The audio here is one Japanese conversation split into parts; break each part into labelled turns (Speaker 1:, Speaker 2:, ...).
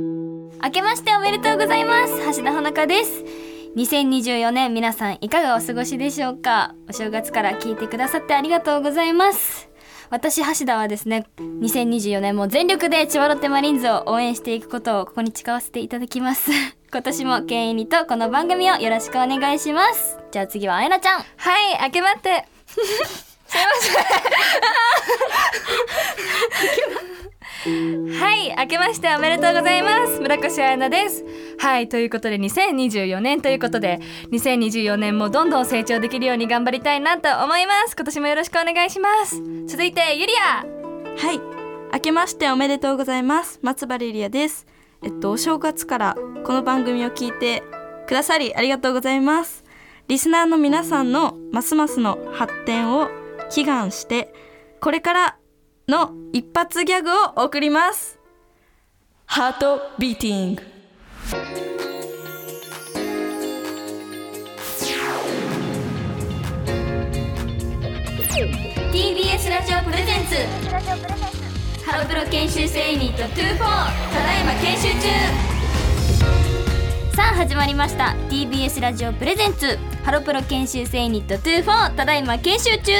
Speaker 1: 明けましておめでとうございます橋田ほのかです2024年皆さんいかがお過ごしでしょうかお正月から聞いてくださってありがとうございます私橋田はですね2024年も全力で千葉ロッテマリーンズを応援していくことをここに誓わせていただきます 今年も健意にとこの番組をよろしくお願いしますじゃあ次はあやなちゃん
Speaker 2: はい、明けまって。すいません。はい、明けましておめでとうございます。村越彩菜です。はい、ということで2024年ということで、2024年もどんどん成長できるように頑張りたいなと思います。今年もよろしくお願いします。続いてゆりや。
Speaker 3: はい明けましておめでとうございます松原ゆりやですえっとお正月からこの番組を聞いてくださりありがとうございますリスナーの皆さんのますますの発展を祈願してこれからの一発ギャグを送りますハートビーティング
Speaker 1: ハロプロ研修生ユニット24ただいま研修中さあ始まりました TBS ラジオプレゼンツハロプロ研修生ユニット24ただいま研修中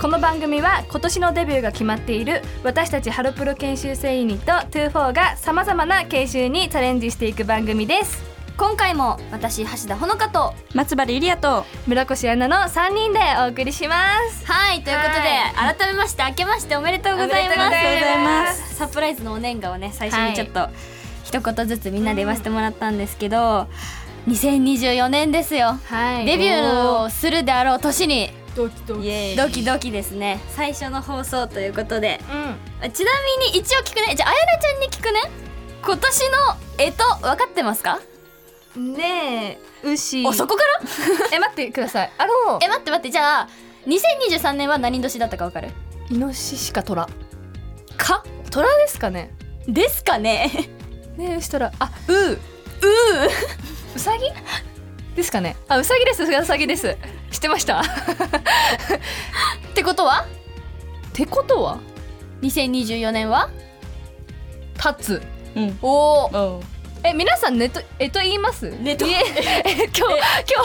Speaker 2: この番組は今年のデビューが決まっている私たちハロプロ研修生ユニット24がさまざまな研修にチャレンジしていく番組です
Speaker 1: 今回も私橋田ほのかと
Speaker 3: 松原ゆりやと
Speaker 2: 村越アナの3人でお送りします
Speaker 1: はいということで、改めまして明けましておめでとうございます
Speaker 2: おめでとうございます
Speaker 1: サプライズのお年賀をね最初にちょっと、一言ずつみんなで言わせてもらったんですけど、2024年ですよ、
Speaker 2: はい
Speaker 1: デビューをするであろう年に
Speaker 3: イエ
Speaker 1: ドキドキですね最初の放送ということで
Speaker 2: うん
Speaker 1: あちなみに一応聞くねじゃああやなちゃんに聞くね今年の干支分かってますか
Speaker 2: ねえ牛
Speaker 1: おそこから
Speaker 2: え待ってくださいあの
Speaker 1: え待って待ってじゃあ2023年は何年だったか分かる
Speaker 2: イノシシかトラ
Speaker 1: か
Speaker 2: トラですかね
Speaker 1: ですかね
Speaker 2: ねえ牛トラあうううさぎですかねあうさぎですうさぎです知ってましたっ
Speaker 1: ってこと は
Speaker 2: てことは
Speaker 1: 2024年は
Speaker 2: 立つ
Speaker 3: ーイ
Speaker 1: おお
Speaker 3: うんおう
Speaker 2: え皆さんネットえと言います
Speaker 3: ネト
Speaker 2: いええ今日今日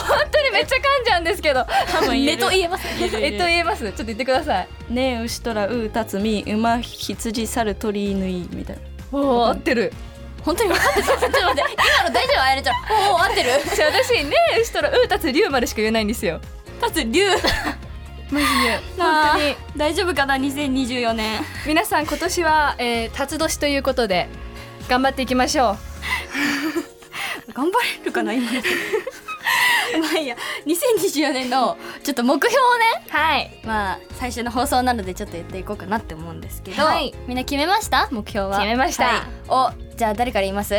Speaker 2: 本当にめっちゃ噛んじゃうんですけど
Speaker 3: 多 分
Speaker 1: 目と
Speaker 3: え
Speaker 1: 言えます
Speaker 3: る
Speaker 2: えと言えますちょっと言ってください
Speaker 3: ねえ牛とらうたつみ馬羊猿鳥犬みたいな
Speaker 2: お合ってる
Speaker 1: 本当に分かってた ちょっと待って今の大丈夫あやなちゃん おお合ってる
Speaker 2: じゃあ私ねえしたらうーたつりゅうまでしか言えないんですよ
Speaker 1: 立つ竜
Speaker 2: マジで
Speaker 1: なあ
Speaker 2: 本当に
Speaker 1: 大丈夫かな2024年
Speaker 2: 皆さん今年は、えー、辰年ということで頑張っていきましょう
Speaker 1: 頑張れるかな今 まあいいや2024年のちょっと目標をね
Speaker 2: はい
Speaker 1: まあ最初の放送なのでちょっと言っていこうかなって思うんですけど、
Speaker 2: はい
Speaker 1: みんな決めました目標は
Speaker 2: 決めました
Speaker 1: はいおじゃあ誰から言います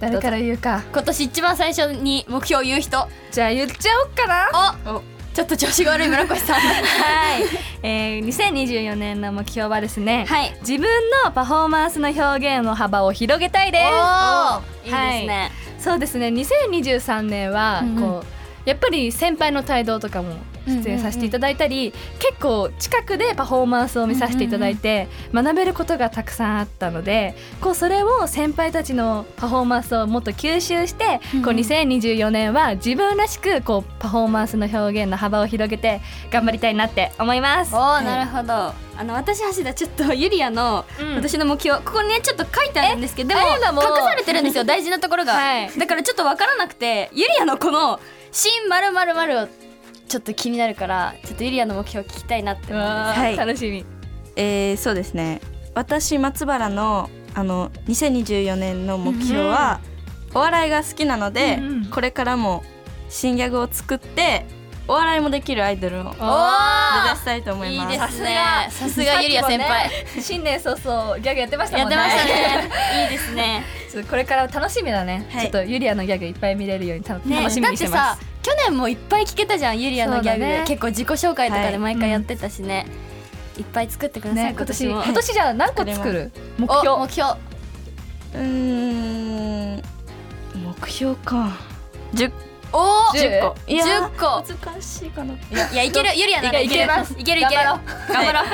Speaker 2: 誰から言うか
Speaker 1: 今年一番最初に目標を言う人
Speaker 2: じゃあ言っちゃおっかな
Speaker 1: おちょっと調子が悪い村越 さん
Speaker 2: はい、えー、2024年の目標はですね、
Speaker 1: はい
Speaker 2: 自分のパフォーマンスの表現の幅を広げたいです
Speaker 1: おーいいですね、
Speaker 2: そうですね2023年はこ
Speaker 1: うん
Speaker 2: う、
Speaker 1: うん
Speaker 2: やっぱり先輩の帯同とかも出演させていただいたり、結構近くでパフォーマンスを見させていただいて、学べることがたくさんあったのでこうそれを先輩たちのパフォーマンスをもっと吸収して、こう
Speaker 1: うんうん
Speaker 2: 2024年は自分らしくこうパフォーマンスの表現の幅を広げて頑張りたいなって思います。
Speaker 1: おおなるほど、あの私橋田ちょっとゆりやの
Speaker 2: うん
Speaker 1: 私の目標、ここにねちょっと書いてあるんですけどでも
Speaker 2: あやだもう
Speaker 1: 隠されてるんですよ大事なところが、
Speaker 2: はい
Speaker 1: だからちょっとわからなくてゆりやのこの「新まるまるまるをちょっと気になるからちょっとゆりやの目標聞きたいなって思います
Speaker 2: わー
Speaker 3: はい
Speaker 2: 楽しみ
Speaker 3: えー、そうですね私松原のあの2024年の目標は、お笑いが好きなので、
Speaker 2: うんうん
Speaker 3: これからも新ギャグを作ってお笑いもできるアイドルを目指
Speaker 2: お
Speaker 3: したいと思
Speaker 1: お
Speaker 3: い
Speaker 1: いい
Speaker 3: ま
Speaker 1: で
Speaker 3: す
Speaker 1: すねさ
Speaker 2: さ
Speaker 1: すがゆりや先輩、
Speaker 2: さっきもね新年早々ギャグやってました
Speaker 1: や
Speaker 2: も
Speaker 1: っ
Speaker 2: ん
Speaker 1: て
Speaker 2: ね
Speaker 1: ました ねいいですね
Speaker 2: ちょっとこれから楽しみだね、
Speaker 3: はい
Speaker 2: ちょっとユリアのギャグいっぱい見れるようにた
Speaker 1: ね
Speaker 2: 楽しみにしてま
Speaker 1: だっ
Speaker 2: す
Speaker 1: てさ去年もいっぱい聞けたじゃんゆりやのギャグ
Speaker 2: そうだね
Speaker 1: 結構自己紹介とか
Speaker 3: は
Speaker 1: で
Speaker 3: い
Speaker 1: 毎回やってたしね、い、っぱい作ってください、
Speaker 2: ね
Speaker 1: 今
Speaker 2: 今
Speaker 1: 年
Speaker 2: 年
Speaker 1: も
Speaker 2: 今年じゃあ何個作る目標
Speaker 1: お目標
Speaker 3: うーん目標か 10,
Speaker 1: お
Speaker 2: 十
Speaker 3: 10個いや
Speaker 1: 10個
Speaker 3: 難しいかない
Speaker 1: やいけるゆりやならい
Speaker 2: い
Speaker 1: ける
Speaker 2: けます
Speaker 1: いけるいける
Speaker 2: 頑
Speaker 1: 頑張 ろう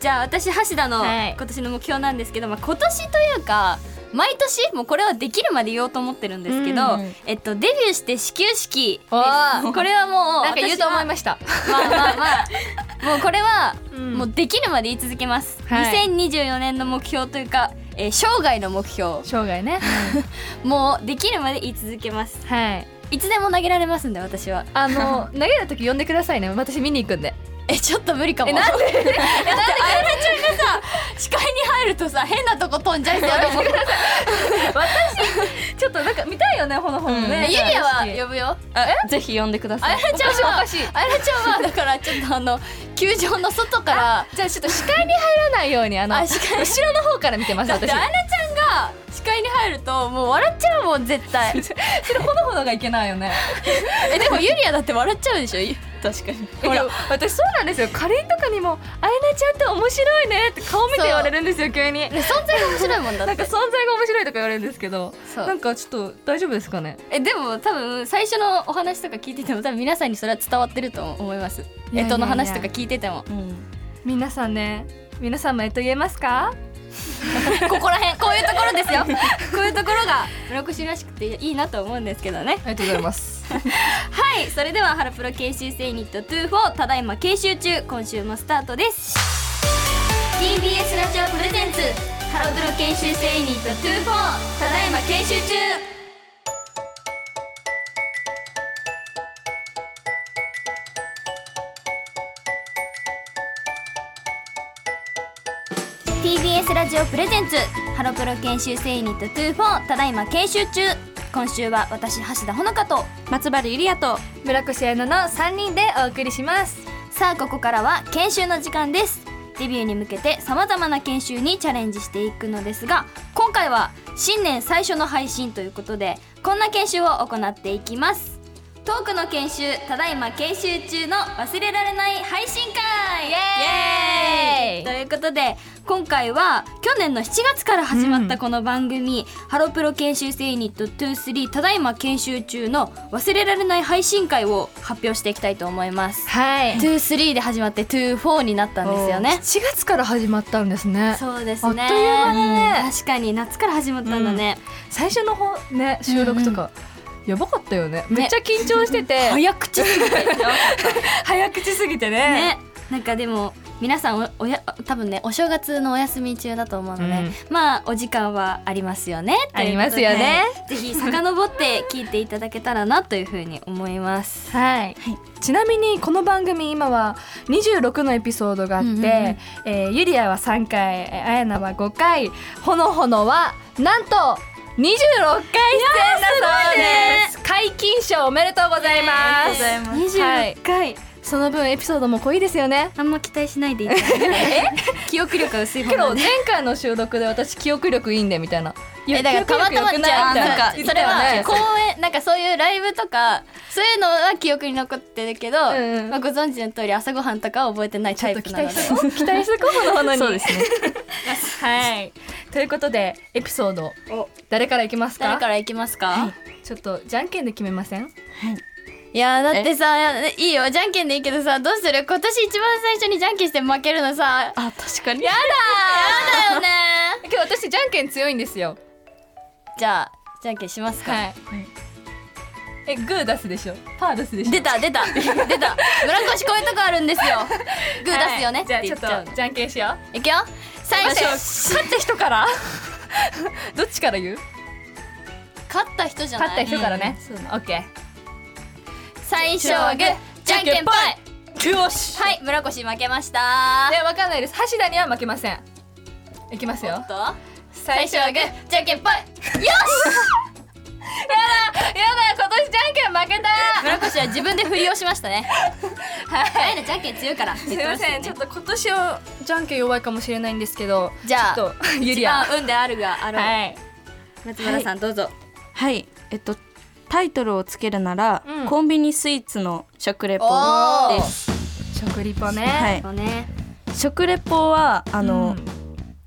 Speaker 1: じゃあ私橋田の
Speaker 2: はい
Speaker 1: 今年の目標なんですけど、まあ今年というか毎年もうこれはできるまで言おうと思ってるんですけど、
Speaker 3: うん
Speaker 1: えっとデビューして始球式です
Speaker 2: おー
Speaker 1: これはもう
Speaker 2: なんか言うと思い
Speaker 1: ま
Speaker 2: ました。
Speaker 1: まあまあまあもうこれは、
Speaker 2: うん
Speaker 1: もうできるまで言い続けます、
Speaker 2: はい
Speaker 1: 2024年の目標というか、えー生涯の目標
Speaker 2: 生涯ね。
Speaker 1: もうできるまで言い続けます
Speaker 2: はい。
Speaker 1: いつでも投げられますんで私は
Speaker 2: あの投げる時呼んでくださいね。私見に行くんで。
Speaker 1: えちょっと無理かも
Speaker 2: えなん
Speaker 1: でえなんであやめちゃんがさ視界に入るとさ変なとこ飛んじゃいそうだもん
Speaker 2: ちょっとなんか見たいよねほのほのね。
Speaker 1: ユリアは
Speaker 2: よ
Speaker 1: 呼ぶよ
Speaker 3: ぜひ呼んでくだ
Speaker 1: あ
Speaker 3: さ
Speaker 1: や
Speaker 3: い
Speaker 1: めちゃんは
Speaker 2: おかしいおかしい
Speaker 1: あやめちゃんはだからちょっとあの球場の外から
Speaker 2: じゃあちょっと視界に入らないようにあの
Speaker 1: あ視界
Speaker 2: 後ろの方から見てます
Speaker 1: だって
Speaker 2: 私。
Speaker 1: あやめちゃんが視界に入るともう笑っちゃうもん絶対
Speaker 2: それほのほのがいけないよね。
Speaker 1: えでもユリアだって笑っちゃうでしょゆ
Speaker 3: 確かに
Speaker 2: ほら私そうなんですよ。カレンとかにもあやなちゃんって面白いねって顔見て言われるんですよ急に。
Speaker 1: ね存在が面白いもんだ
Speaker 2: な
Speaker 1: っ
Speaker 2: んか
Speaker 1: て
Speaker 2: 存在が面白いとか言われるんですけど。
Speaker 1: そう
Speaker 2: なんかちょっと大丈夫ですかね。
Speaker 1: えでも多分最初のお話とか聞いてても多分皆さんにそれは伝わってると思います
Speaker 2: いやいやいや
Speaker 1: えとの話とか聞いてても
Speaker 3: うん
Speaker 2: 皆さんね皆さんもえっと言えますか。
Speaker 1: ここら辺こういうところ ですよこういうところが 室越らしくていいなと思うんですけどね
Speaker 2: ありがとうございます。
Speaker 1: はいそれではハロプロ研修生ユニット24ただいま研修中今週もスタートです TBS ラジオプレゼンツハロプロ研修生ユニット24ただいま研修中ラジオプレゼンツハロプロ研修生ユニット24ただいま研修中今週は私橋田ほのかと
Speaker 3: 松原ゆりやと
Speaker 2: 村越彩乃の三人でお送りします。
Speaker 1: さあここからは研修の時間ですデビューに向けてさまざまな研修にチャレンジしていくのですが今回は新年最初の配信ということでこんな研修を行っていきますトークの研修ただいま研修中の忘れられない配信会
Speaker 2: イエーイ
Speaker 1: ということで今回は去年の7月から始まったこの番組、ハロプロ研修生ユニット23ただいま研修中の忘れられない配信会を発表していきたいと思います
Speaker 2: はい。
Speaker 1: 23で始まって24になったんですよね
Speaker 2: 7月から始まったんですね。
Speaker 1: そうです
Speaker 2: あっという間だね
Speaker 1: うん確かに夏から始まったんだね、
Speaker 2: 最初のほね収録とか、やばかったよね。めっちゃ緊張してて、
Speaker 1: 早口すぎてね
Speaker 2: 早口すぎてね。
Speaker 1: ねなんかでも皆さんおおや多分ねお正月のお休み中だと思うので、まあお時間はありますよね
Speaker 2: ありますよね
Speaker 1: ということでぜひ遡って聞いていただけたらなというふうに思います
Speaker 2: はい、ちなみにこの番組今は26のエピソードがあって、
Speaker 1: うんうんうん
Speaker 2: えーゆりやは3回えーあやなは5回ほのほのはなんと26回出演だそうです解禁賞おめでとうございます
Speaker 3: イエーイありがとうございます
Speaker 1: 26回、
Speaker 2: その分エピソードも濃いですよね
Speaker 1: あんま期待しないでいいからね 記憶力が薄い方
Speaker 2: け
Speaker 1: な
Speaker 2: ど
Speaker 1: んで
Speaker 2: 前回の収録で私記憶力いいんでみたいな。い
Speaker 1: えだから
Speaker 2: 記
Speaker 1: た
Speaker 2: 憶
Speaker 1: また
Speaker 2: 力
Speaker 1: ま
Speaker 2: 良く
Speaker 1: じゃあ
Speaker 2: いみた
Speaker 1: ないんか
Speaker 2: 言っ
Speaker 1: それ
Speaker 2: たよ
Speaker 1: は
Speaker 2: ね
Speaker 1: 公演なんかそういうライブとかそういうのは記憶に残ってるけど、
Speaker 2: んうん
Speaker 1: まあ、ご存知の通り朝ごはんとかは覚えてないタイプなので
Speaker 2: ちょっと期待する ほどほのに
Speaker 3: そうです
Speaker 2: ね はいということでエピソード誰からいきます
Speaker 1: 誰
Speaker 2: か
Speaker 1: からいきますか、い
Speaker 2: ちょっとじゃんけんで決めません
Speaker 1: やだってさいやいいよじゃんけんでいいけどさどうする今年一番最初にじゃんけんして負けるのさ
Speaker 3: あ確かに
Speaker 1: やだやだよね
Speaker 2: 今日私じゃんけん強いんですよ
Speaker 1: じゃあじゃんけんしますか、
Speaker 2: はいえグー出すでしょパー出すでしょ
Speaker 1: 出た出た出た村越こういうとこあるんですよグー出すよね
Speaker 2: は
Speaker 1: っ
Speaker 2: いじ
Speaker 1: て
Speaker 2: ゃあち
Speaker 1: 言
Speaker 2: ょ
Speaker 1: っちゃう
Speaker 2: っとじゃんけんしよ
Speaker 1: いくよ最
Speaker 2: う
Speaker 1: 初
Speaker 2: 勝った人から どっちから言う
Speaker 1: 勝った人じゃない
Speaker 2: 勝った人からね
Speaker 3: うんそう
Speaker 2: オッケー
Speaker 1: 最初はグーじゃんけんぽい
Speaker 2: よし
Speaker 1: はい村越負けました
Speaker 2: いやわかんないです橋田には負けませんいきますよ
Speaker 1: おっと
Speaker 2: 最
Speaker 1: 最初はグーじゃんけんぽい
Speaker 2: やだ今年じゃんけん負けた
Speaker 1: 村越は自分で振りをしま したねはいあやなじゃんけん強いからす
Speaker 2: すいませんちょっと今年はじゃんけん弱いかもしれないんですけど
Speaker 1: じゃあ
Speaker 2: ちょっとゆ
Speaker 1: 一
Speaker 2: りや
Speaker 1: 番運であるがあろう、
Speaker 2: はい
Speaker 1: 松村さんどうぞ
Speaker 3: はいえっとタイトルをつけるなら、
Speaker 2: うん
Speaker 3: コンビニスイーツの食レポ
Speaker 1: おー
Speaker 3: です
Speaker 2: 食リポね、
Speaker 3: はい
Speaker 1: そうね
Speaker 3: 食レポはあ
Speaker 2: あ
Speaker 3: の、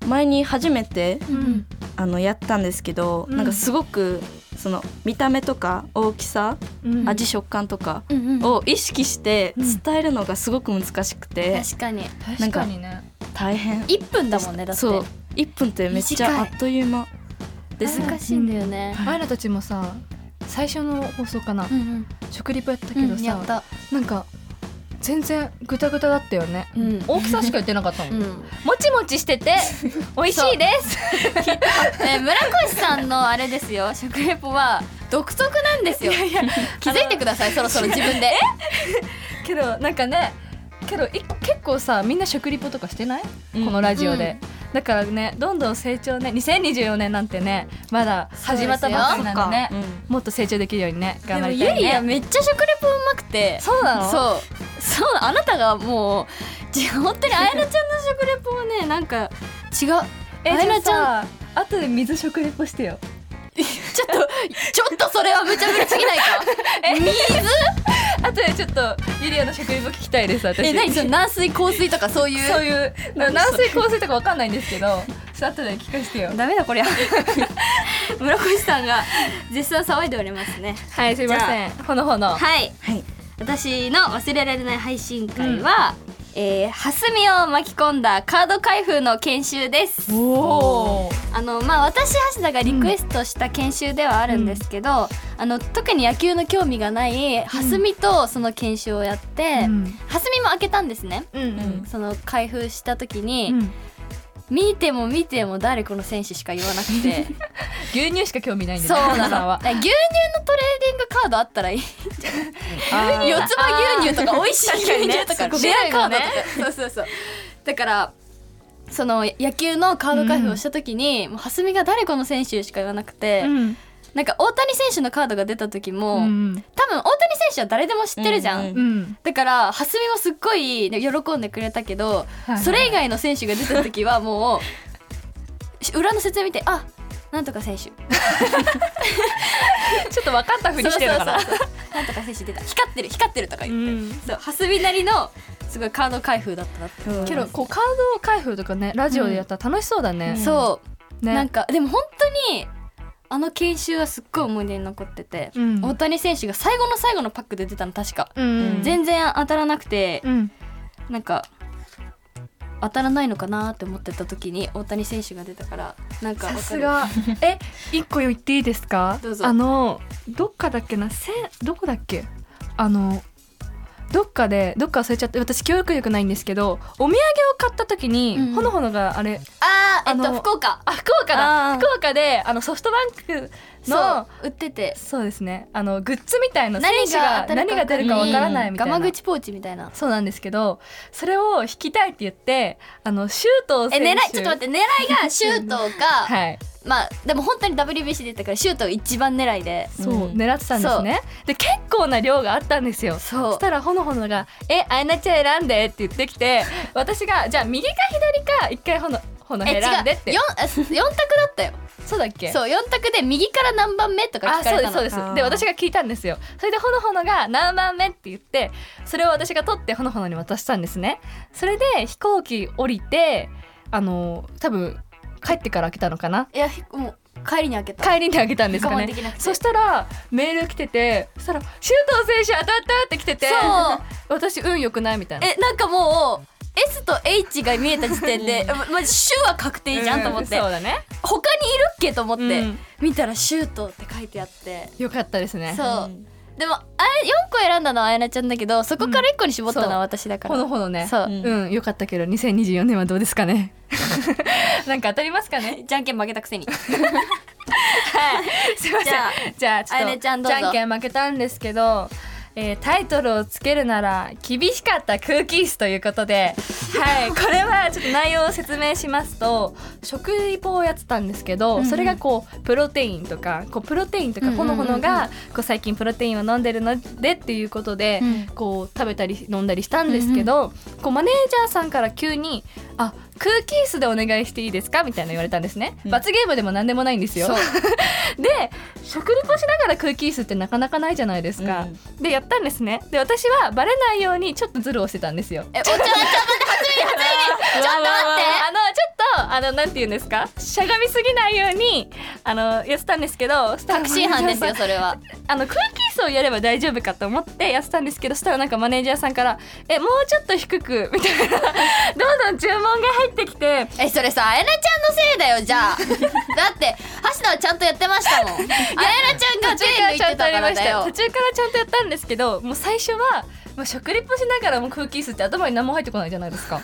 Speaker 3: 前に初めて
Speaker 2: うん、うん
Speaker 3: あのやったんですけど、
Speaker 2: うん
Speaker 3: なんかすごくその見た目とか大きさ、
Speaker 2: うん
Speaker 3: 味食感とか
Speaker 1: うんうん
Speaker 3: を意識して
Speaker 2: うん
Speaker 3: 伝えるのがすごく難しくて、
Speaker 1: 確かに
Speaker 2: 確かにね
Speaker 3: 大変
Speaker 1: 一分だもんねだって
Speaker 3: そう1分ってめっち
Speaker 1: 短い
Speaker 3: ゃあっという間
Speaker 2: ですね
Speaker 1: 難しいんだよね、
Speaker 2: あやらたちもさ最初の放送かな、
Speaker 1: うん
Speaker 2: 食リポやったけ
Speaker 1: うん
Speaker 2: ど
Speaker 1: やっ
Speaker 2: さ、
Speaker 1: た、
Speaker 2: なんか全然グタグタだったよね、
Speaker 1: うん
Speaker 2: 大きさしか言ってなかったもん、
Speaker 1: うん、
Speaker 2: もちもちして て美味しいです
Speaker 1: え村越さんのあれですよ食レポは独特なんですよ気づいてくださいそろそろ自分で
Speaker 2: けどなんかねけどい結構さみんな食リポとかしてない、
Speaker 3: うん
Speaker 2: このラジオで、だからねどんどん成長ね2024年なんてねまだ始まったばっかりなんでね
Speaker 3: そっか
Speaker 2: もっと成長できるようにね
Speaker 1: で
Speaker 2: 頑張
Speaker 1: も
Speaker 2: り
Speaker 1: ゆ
Speaker 2: たい
Speaker 1: りや
Speaker 2: ね
Speaker 1: めっちゃ食レポうまくて
Speaker 2: そうなの
Speaker 1: そうそうあなたがもうじ本当にあやなちゃんの食レポはねなんか違う
Speaker 2: え
Speaker 1: あや
Speaker 2: じゃ
Speaker 1: な
Speaker 2: あ
Speaker 1: ちゃん
Speaker 2: さ後で水食リポしてよ
Speaker 1: ちょっとちょっとそれは無茶ぶりすぎないか
Speaker 2: 後でちょっとゆりやの食リポ聞きたいです私
Speaker 1: え何その軟水硬水とかそういう
Speaker 2: そういうな軟水硬水とかわかんないんですけどちょっと後で聞かせてよ
Speaker 1: ダメだこりゃ村越さんが絶賛騒いでおりますね
Speaker 2: はいすいませんほのほの
Speaker 1: はい
Speaker 3: はい
Speaker 1: 私の忘れられない配信会は、えー、ハスミを巻き込んだカード開封の研修です
Speaker 2: おー
Speaker 1: あのまあ私橋田がリクエストした研修ではあるんですけど、あの特に野球の興味がない蓮見とその研修をやって、
Speaker 2: うん
Speaker 1: 蓮見も開けたんですね、
Speaker 2: うんうん
Speaker 1: その開封した時に、
Speaker 2: うん
Speaker 1: 見ても見ても誰この選手しか言わなく て
Speaker 2: 牛乳しか興味ないんで
Speaker 1: そう な
Speaker 2: さん
Speaker 1: の
Speaker 2: は
Speaker 1: え牛乳のトレーディングカードあったらいい 四つ葉牛乳とか美味しい牛乳と
Speaker 2: 確か
Speaker 1: か
Speaker 2: にね
Speaker 1: シェアカードとか、
Speaker 2: す
Speaker 1: そうそうそうだからその野球のカード開封をした時に、もう蓮見が誰この選手しか言わなくて、
Speaker 2: うん
Speaker 1: なんか大谷選手のカードが出た時も、
Speaker 2: うん
Speaker 1: 多分大谷選手は誰でも知ってるじゃん、
Speaker 3: うんうん
Speaker 2: うん
Speaker 1: だから蓮見もすっごいね喜んでくれたけど、
Speaker 2: はい
Speaker 1: それ以外の選手が出た時はもう裏の説明見てあなんとか選手
Speaker 2: ちょっと分かったふりしてるから
Speaker 1: そうそうそうそうなんとか選手出た光ってる光ってるとか言って、
Speaker 2: うん
Speaker 1: そう蓮見なりのすごいカード開封だったなって、
Speaker 2: けどこうカード開封とかねラジオでやったら楽しそうだね
Speaker 1: そう
Speaker 2: うね
Speaker 1: なんかでも本当にあの研修はすっごい思い出に残ってて、
Speaker 2: うん
Speaker 1: 大谷選手が最後の最後のパックで出たの確か、
Speaker 2: うん
Speaker 1: 全然当たらなくて、
Speaker 2: うん
Speaker 1: なんか当たらないのかなって思ってた時に大谷選手が出たからなんかわか
Speaker 2: さ
Speaker 1: る
Speaker 2: すがえ一個言っていいですか
Speaker 1: どうぞ
Speaker 2: あのどっかだっけなせんどこだっけあのどっかでどっか忘れちゃって私教育力ないんですけどお土産を買った時に、
Speaker 1: うんうん
Speaker 2: ほのほのがあ
Speaker 1: あ
Speaker 2: れ
Speaker 1: ーえっ
Speaker 2: あ
Speaker 1: と
Speaker 2: の
Speaker 1: 福岡
Speaker 2: あ福岡だ
Speaker 1: あー
Speaker 2: 福岡であのソフトバンク
Speaker 1: そ
Speaker 2: の
Speaker 1: う売ってて
Speaker 2: そうですねあのグッズみたいな選
Speaker 1: 何
Speaker 2: 手が
Speaker 1: が
Speaker 2: 何が出るかわからないみたいな、
Speaker 1: ガマ口ポーチみたいな
Speaker 2: そうなんですけどそれを引きたいって言ってあの周東
Speaker 1: え
Speaker 2: 選手
Speaker 1: 狙いちょっと待って狙いがシュートか、
Speaker 2: はい
Speaker 1: まあでも本当に WBC 出たからシュートが一番狙いで
Speaker 2: そう、
Speaker 3: うん
Speaker 2: 狙ってたんですねで結構な量があったんですよ
Speaker 1: そう
Speaker 2: したらほのほのが「えあやなちゃん選んで」って言ってきて私が「じゃあ右か左か一回ほのほの
Speaker 1: え違う
Speaker 2: 選んで」って
Speaker 1: 4択だったよ
Speaker 2: そうだっけ
Speaker 1: そう4択で右から何番目とか
Speaker 2: あ
Speaker 1: 聞か
Speaker 2: そう
Speaker 1: れ
Speaker 2: で
Speaker 1: たの
Speaker 2: すそうです
Speaker 3: あー
Speaker 2: で私が聞いたんですよそれでほのほのが「何番目?」って言ってそれを私が取ってほのほのに渡したんですねそれで飛行機降りてあの多分帰ってから開けたのかない
Speaker 1: やひもう帰りに開けた
Speaker 2: 帰りにあげたんですか
Speaker 1: 我慢
Speaker 2: ね
Speaker 1: できなくて
Speaker 2: そしたらメール来ててそしたら「周東選手当たった!」って来てて
Speaker 1: そう
Speaker 2: 私運良くないみたいな
Speaker 1: えなんかもう S と H が見えた時点 でままず「シュ」は確定じゃんと思って、
Speaker 2: うんそうだね
Speaker 1: 他にいるっけと思って、
Speaker 2: うん
Speaker 1: 見たら「シュート」って書いてあって
Speaker 2: よかったですね
Speaker 1: そうでもあれ4個選んだのはあやなちゃんだけどそこから1個に絞ったのは私だから、
Speaker 2: ほのほのね
Speaker 1: そう、
Speaker 3: うん
Speaker 2: うんよかったけど2024年はどうですかね なんか当たりますか ね
Speaker 1: じゃんけん負けたく せに
Speaker 2: すいません
Speaker 1: じゃあ
Speaker 2: じゃあちょっ
Speaker 1: あや
Speaker 2: と
Speaker 1: ねちゃんどうぞ
Speaker 2: じゃんけん負けたんですけど、えータイトルをつけるなら厳しかった空気椅子というこ とで、はい、これはちょっと内容を説明しますと食リポをやってたんですけど、
Speaker 1: うんうん
Speaker 2: それがこうプロテインとかこうプロテインと
Speaker 1: うん
Speaker 2: か
Speaker 1: うん
Speaker 2: ほ
Speaker 1: うんう
Speaker 2: の
Speaker 1: ん
Speaker 2: ほのがこう最近プロテインを飲んでるのでっていうことで、
Speaker 1: うん
Speaker 2: こう食べたり飲んだりしたんですけど、こうマネージャーさんから急に「あ空気椅子でお願いしていいですか?」みたいな言われたんですね。
Speaker 3: うん
Speaker 2: 罰ゲームでも何でもないんですよ。
Speaker 1: そう
Speaker 2: で食リポしながら空気椅子ってなかなかないじゃないですか、でやったんですねで私はバレないようにちょっとズルをしてたんですよ
Speaker 1: えおちょっと待って初めに初めにちょっと待って
Speaker 2: あのちょっとあのなんて言うんですかしゃがみすぎないようにあのやってたんですけど
Speaker 1: 確信犯ですよ
Speaker 2: ス
Speaker 1: それは
Speaker 2: タッフの皆さんあの空気椅子嘘をやれば大丈夫かと思ってやってたんですけどそしたらなんかマネージャーさんから「えもうちょっと低く」みたいな どんどん注文が入ってきて
Speaker 1: えそれさあやなちゃんのせいだよじ ゃあだって橋田はちゃんとやってましたもんあやなちゃんが
Speaker 2: 途
Speaker 1: 手
Speaker 2: 中から
Speaker 1: 抜い
Speaker 2: ちゃ
Speaker 1: て
Speaker 2: んと
Speaker 1: た
Speaker 2: やり
Speaker 1: から
Speaker 2: まし
Speaker 1: だ
Speaker 2: た
Speaker 1: よ
Speaker 2: 途中からちゃんとやったんですけどもう最初はもう食リポしながらもう空気椅子って頭に何も入ってこないじゃない ですか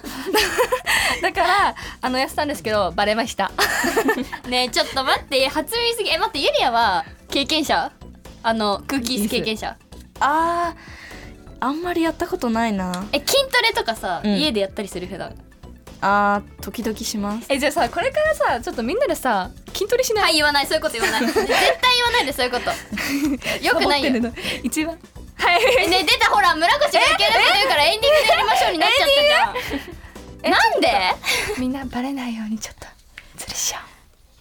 Speaker 2: だからあのやってたんですけどバレました
Speaker 1: ねえちょっと待って初耳すぎえ待ってユリアは経験者あの空気椅子経験者
Speaker 3: あーあんまりやったことないな
Speaker 1: え筋トレとかさ、
Speaker 3: うん
Speaker 1: 家でやったりする普段
Speaker 3: あー時々します
Speaker 2: えじゃあさこれからさちょっとみんなでさ筋トレしない
Speaker 1: はい言わないそういうこと言 わない絶対言わないでそういうことよくないよ
Speaker 2: 思
Speaker 1: ね
Speaker 2: ってるの一番はい
Speaker 1: え出たほら村越がいけること言うからエンディングでやりましょうになっちゃったじゃんなんで
Speaker 2: みんなバレないようにちょっとずるしよ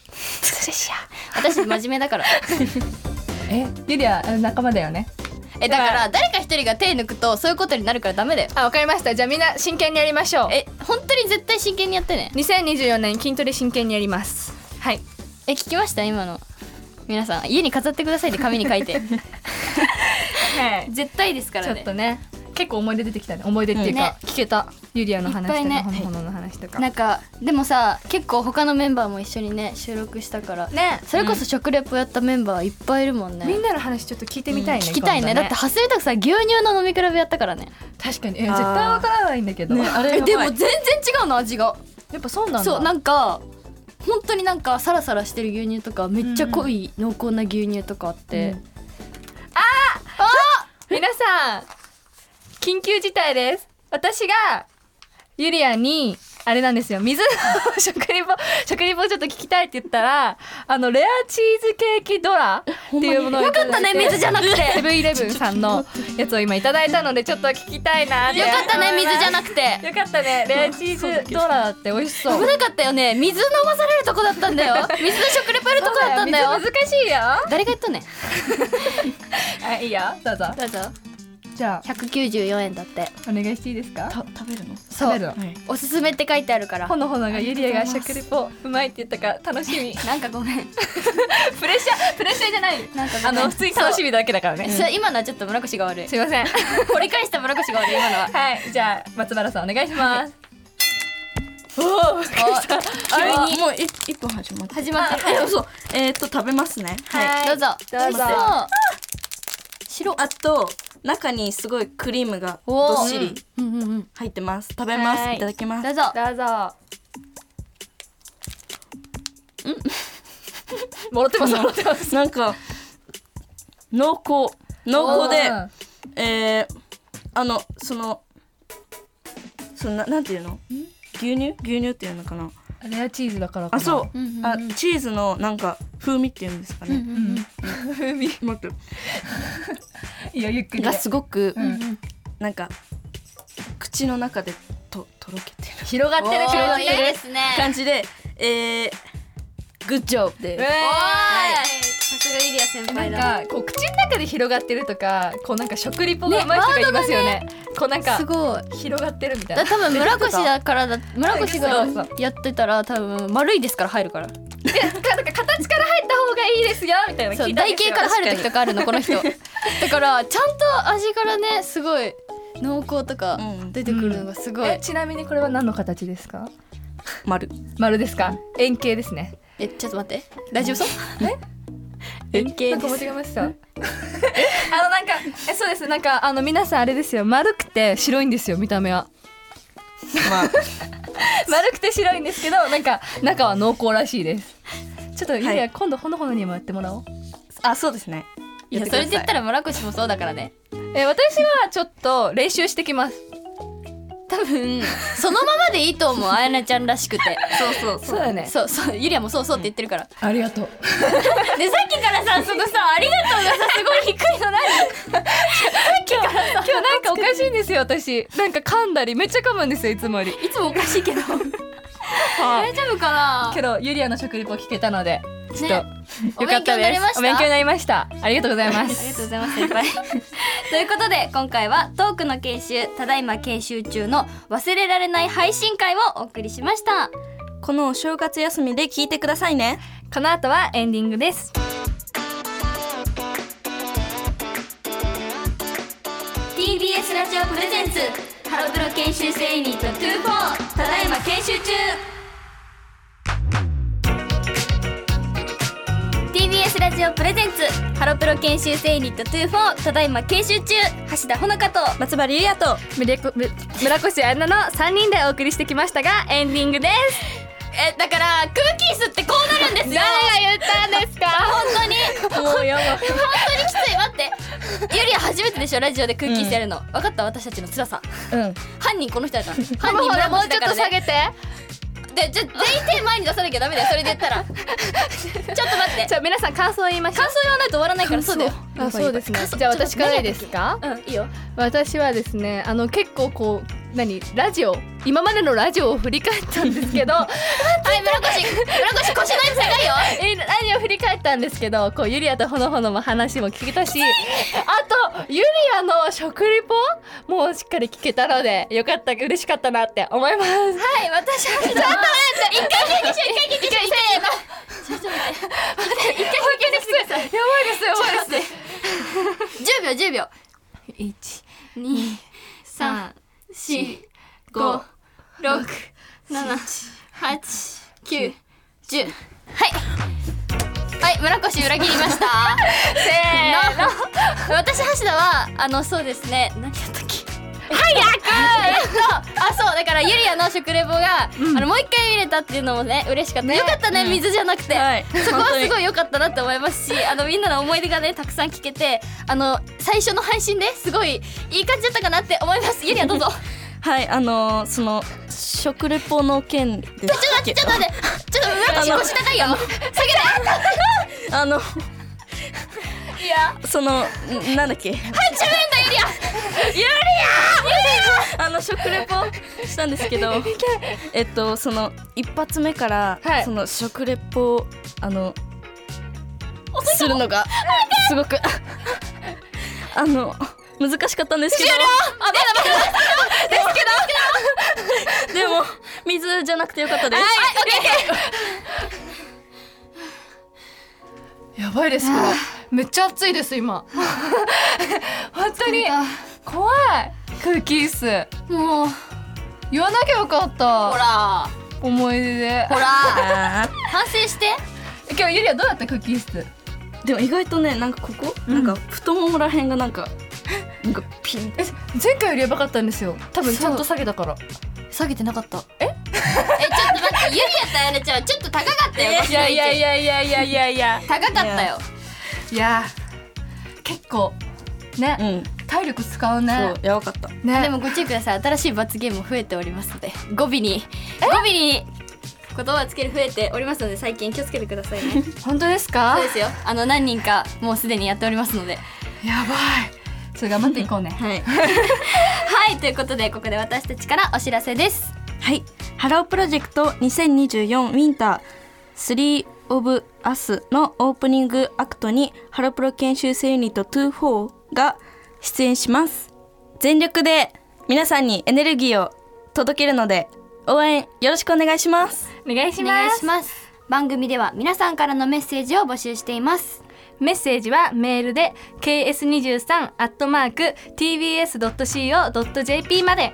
Speaker 2: うずるしよ
Speaker 1: 私真面目だから
Speaker 2: うえゆりあ仲間だよね
Speaker 1: えだから誰か一人が手抜くとそういうことになるからダメだよ
Speaker 2: あわかりましたじゃあみんな真剣にやりましょう
Speaker 1: え本当に絶対真剣にやってね
Speaker 2: 2024年筋トレ真剣にやりますはい
Speaker 1: え聞きました今の皆さん家に飾ってくださいって紙に書いて
Speaker 2: はい
Speaker 1: 絶対ですから
Speaker 2: ちょ
Speaker 1: ね
Speaker 2: っとね結構思い出出てきたね思い出っていうか、
Speaker 1: ね
Speaker 2: 聞けたゆりアの話と
Speaker 1: いっぱい
Speaker 2: か
Speaker 1: ね
Speaker 2: ほのほのの話とか
Speaker 1: なんかでもさ結構他のメンバーも一緒にね収録したから、
Speaker 2: ね
Speaker 1: それこそ食レポやったメンバーいっぱいいるもんね
Speaker 2: みんなの話ちょっと聞いてみたいね、
Speaker 1: 聞きたいね
Speaker 2: 今度
Speaker 1: だってハスリタクさん牛乳の飲み比べやったからね
Speaker 2: 確かにえ絶対わからないんだけど、あ
Speaker 1: え
Speaker 2: れやばい
Speaker 1: でも全然違うの味が
Speaker 2: やっぱそうなんだ
Speaker 1: そうなんか本当になんかサラサラしてる牛乳とかめっちゃ濃い濃厚な牛乳とかあって、
Speaker 2: 皆さん緊急事態です私がゆりアにあれなんです よ水の食リポ食リポちょっと聞きたいって言ったらあのレアチーズケーキドラっていうものをよかったね水じゃ なくてセブンイレブンさんのやつを今いただいたのでちょっと聞きたいなって
Speaker 1: よかったね水じゃなくて
Speaker 2: よかったねレアチーズドラって美味しそう
Speaker 1: 危なかったよね水飲まされるとこだったん だよ水の食レポやるとこだったんだよ
Speaker 2: そう水難しいよ
Speaker 1: 誰が言ったね
Speaker 2: あいいよどうぞ
Speaker 1: どうぞ
Speaker 2: じゃ
Speaker 1: 194円だって
Speaker 2: あお願いしていいですか
Speaker 3: た食べるの
Speaker 1: そう
Speaker 2: 食べる
Speaker 3: はい
Speaker 1: おすすめって書いてあるから
Speaker 2: ほのほのがゆりアが食リポうまいって言ったから楽しみ
Speaker 1: なんかごめん
Speaker 2: プレッシャープレッシャーじゃない
Speaker 1: なんかご
Speaker 2: あ
Speaker 1: めん
Speaker 2: の普通に楽しみだけだから
Speaker 1: え
Speaker 2: ね。
Speaker 1: それ今のはちょっと村越が悪い
Speaker 2: すいません。
Speaker 1: 掘り返した村越が悪い今のは
Speaker 2: はい、じゃあ松原さんお願いします。おお、
Speaker 3: あもうい一本始まった
Speaker 1: 始まった
Speaker 3: え嘘えー、っと食べますね
Speaker 2: はい
Speaker 1: どうぞ
Speaker 2: どうぞ
Speaker 1: 美味しそう
Speaker 3: 白あと中にすごいクリームが
Speaker 1: おー
Speaker 3: どっしり
Speaker 1: うんうんうん
Speaker 3: 入ってます食べます、
Speaker 2: はい
Speaker 3: い、ただきま
Speaker 1: ど
Speaker 3: す
Speaker 1: うぞ
Speaker 2: どうぞ。うん。もろってます。もろってます。
Speaker 3: なんか濃厚濃厚でえー、あのそのそのななんていうの牛乳牛乳っていうのかな
Speaker 2: レアチーズだから
Speaker 3: あそうう、
Speaker 1: んうんうん
Speaker 3: あチーズのなんか風味っていうんですかね、
Speaker 1: うんうん
Speaker 2: う。風味
Speaker 3: 待って
Speaker 2: いやゆっくりで
Speaker 3: が。すごく、
Speaker 2: うん
Speaker 3: なんか口の中でととろけてる
Speaker 2: 広がってる広がっ
Speaker 1: いい
Speaker 2: てる。
Speaker 1: ですね
Speaker 3: 感じで、えー、グッジョブ
Speaker 2: う
Speaker 3: で
Speaker 2: わ
Speaker 1: おーい
Speaker 2: ー
Speaker 1: さすがユリア先輩だ
Speaker 2: なんかこう口の中で広がってるとかこうなんか食リポがうまい人がいますよねこうなんか
Speaker 1: すごい
Speaker 2: 広がってるみたいな
Speaker 1: だ多分村越だからだ村越
Speaker 2: そうそ
Speaker 1: が
Speaker 2: う
Speaker 1: やってたら多分丸いですから入るから
Speaker 2: でなんか形から入った方がいいですよみたいな
Speaker 1: そ
Speaker 2: 聞
Speaker 1: う
Speaker 2: いたん
Speaker 1: 台
Speaker 2: で
Speaker 1: 形
Speaker 2: すよ
Speaker 1: から入る時とかあるのこの人だからちゃんと味からねすごい濃厚とか
Speaker 3: うん
Speaker 1: 出てくるのがすごい、
Speaker 2: えちなみにこれは何の形ですか
Speaker 3: 丸
Speaker 2: 丸ですか円形ですね
Speaker 1: えちょっと待って大丈夫そう
Speaker 3: 円形
Speaker 2: なんか間違えましたあのなんかえそうですなんかあの皆さんあれですよ丸くて白いんですよ見た目は
Speaker 3: まあ
Speaker 2: 丸くて白いんですけどなんか中は濃厚らしいですちょっとゆり
Speaker 3: は
Speaker 2: や
Speaker 3: い
Speaker 2: 今度ほのほのにもやってもらおう
Speaker 3: あそうですね
Speaker 1: いやそれで言ったら村越もそうだからね
Speaker 2: え私はちょっと練習してきます
Speaker 1: 多分そのままでいいと思うあやなちゃんらしくて
Speaker 3: そうそうそう
Speaker 2: そうだね
Speaker 1: そうそうゆりアもそうそうって言ってるから、
Speaker 2: ありがとう
Speaker 1: でさっきからさそのさありがとうがさすごい低いの何
Speaker 2: 今日なんかおかしいんですよ私なんか噛んだりめっちゃ噛むんですよいつもより
Speaker 1: いつもおかしいけど大丈夫かな
Speaker 2: けどユリアの食リポ聞けたのでちょっと、
Speaker 1: お
Speaker 2: よかっ
Speaker 1: 勉強
Speaker 2: た
Speaker 1: にな
Speaker 2: で
Speaker 1: りますした
Speaker 2: お勉強になりましたありがとうございま
Speaker 1: ありが
Speaker 2: す
Speaker 1: とうございます先輩 ということで今回はトークの研修ただいま研修中の忘れられない配信会をお送りしました
Speaker 3: このお正月休みで聞いてくださいね
Speaker 2: この後はエンディングです
Speaker 1: ラジオプレゼンツハロプロ研修生ユニット24ただいま研修中 TBS ラジオプレゼンツハロプロ研修生ユニット24ただいま研修中橋田ほのかと
Speaker 3: 松原ゆりやと
Speaker 2: 村こむ村越アンナの3人でお送りしてきましたがエンディングです
Speaker 1: えだから空気椅子ってこうなるんですよ
Speaker 2: 言ったんですか
Speaker 1: 本当に
Speaker 3: もうや ば
Speaker 1: 本当にきつい待ってゆりは初めてでしょラジオで空気してやるの、分かった私たちの辛さ
Speaker 2: うん
Speaker 1: 犯人この人だ から
Speaker 2: こ
Speaker 1: 犯
Speaker 2: の
Speaker 1: 人
Speaker 2: ほら
Speaker 1: 村
Speaker 2: もう
Speaker 1: 越
Speaker 2: ちょ
Speaker 1: だか
Speaker 2: っと
Speaker 1: ら
Speaker 2: 下
Speaker 1: ね
Speaker 2: げて
Speaker 1: でじゃ全員手前に出さなきゃダメだよそれで言 ったらちょっと待って
Speaker 2: じゃあ皆さん感想言いましょ
Speaker 1: 感想言わないと終わらないからそうだよ
Speaker 2: うあそうですねじゃあ私からいいですか
Speaker 1: うんいいよ
Speaker 2: 私はですねあの結構こう何ラジオ今までのラジオを振り返ったんですけど
Speaker 1: はい村越村越腰のやつ高いよ
Speaker 2: えラジオ振り返ったんですけどこうユリアとほのほのも話も聞けたしあとユリアの食リポもしっかり聞けたのでよかった嬉しかったなって思います
Speaker 1: はい私はちょっと待って一回聞きしょ一回聞きしょせーのちょっと待って待って一回聞きしてください
Speaker 2: やばいですやばいです
Speaker 1: 10秒10秒
Speaker 2: 一、
Speaker 1: 二、三、四、五、六、七、八、九、十。はい。はい、村越裏切りました。せーの。私橋田はあのそうですね。何やったっけ。早く。えっと、あそうだからユリアの食レポが、あのもう一回見れたっていうのもね嬉しかった。よかったね、水じゃなくて。
Speaker 3: はい
Speaker 1: そこはすごい良かったなって思いますしあのみんなの思い出がねたくさん聞けてあの最初の配信ですごいいい感じだったかなって思いますゆりやどう ぞ
Speaker 3: はいあのー、その食レポの件です
Speaker 1: ちょっと待ってちょっと待って ちょっと裏腰腰高いよ下げて
Speaker 3: あの
Speaker 1: いや
Speaker 3: そのんなんだっけ
Speaker 1: 自分だゆりや
Speaker 3: あの食レポしたんですけ どえっとその一発目から、
Speaker 2: はい
Speaker 3: その食レポあのするのがすごくあの難しかったんですけ
Speaker 1: あまだまだ
Speaker 3: どでも水じゃなくてよかったです、
Speaker 2: やばいですこれめっちゃ暑いです今本当に怖い空気椅子
Speaker 1: もう
Speaker 2: 言わなきゃよかった
Speaker 1: ほら
Speaker 2: 思い出で
Speaker 1: ほら
Speaker 3: あ
Speaker 1: 反省して
Speaker 2: 今日ゆりはどうだった空気椅子
Speaker 3: ーでも意外とねなんかここ、なんか太ももらへんがなんかなんかピンって
Speaker 2: え前回よりやばかったんですよ多分ちゃんと下げたから
Speaker 1: 下げてなかったええちょっと待ってゆりやとあやねちゃんちょっと高かったよ
Speaker 3: いやいやい
Speaker 1: や
Speaker 3: やいやいやいやいや
Speaker 1: 高かったよ
Speaker 2: いやー結構ね、
Speaker 3: うん
Speaker 2: 体力使う
Speaker 3: そ
Speaker 2: ね
Speaker 3: うやばかった
Speaker 2: ね
Speaker 1: でもご注意ください新しい罰ゲームも増えておりますので語尾に語尾に言葉をつける増えておりますので最近気をつけてくださいねそ
Speaker 2: 本当ですか
Speaker 1: うですよ あの何人かもうすでにやっておりますので
Speaker 2: やばいそれ頑張っていこうね
Speaker 3: はい
Speaker 1: はいということでここで私たちからお知らせです
Speaker 3: はい、ハロープロジェクト2024ウィンター3 of Us のオープニングアクトにハロプロ研修生ユニット24が出演します全力で皆さんにエネルギーを届けるので応援よ ろしくお願いします
Speaker 2: お願いし
Speaker 1: お願いします番組では皆さんからのメッセージを募集しています
Speaker 2: メッセージはメールで ks23 アットマーク tbs.co.jp まで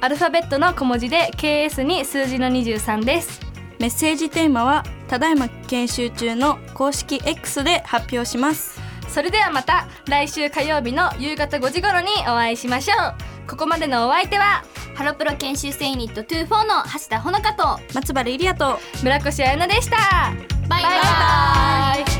Speaker 2: アルファベットの小文字で ks に数字の23です
Speaker 3: メッセージテーマはただいま研修中の公式 X で発表します
Speaker 2: それではまた来週火曜日の夕方5時頃にお会いしましょうここまでのお相手は
Speaker 1: ハロプロ研修生ユニット24の橋田ほのかと
Speaker 3: 松原ゆりやと
Speaker 2: 村越彩菜でした
Speaker 1: バイバ
Speaker 2: バイバイ
Speaker 1: イ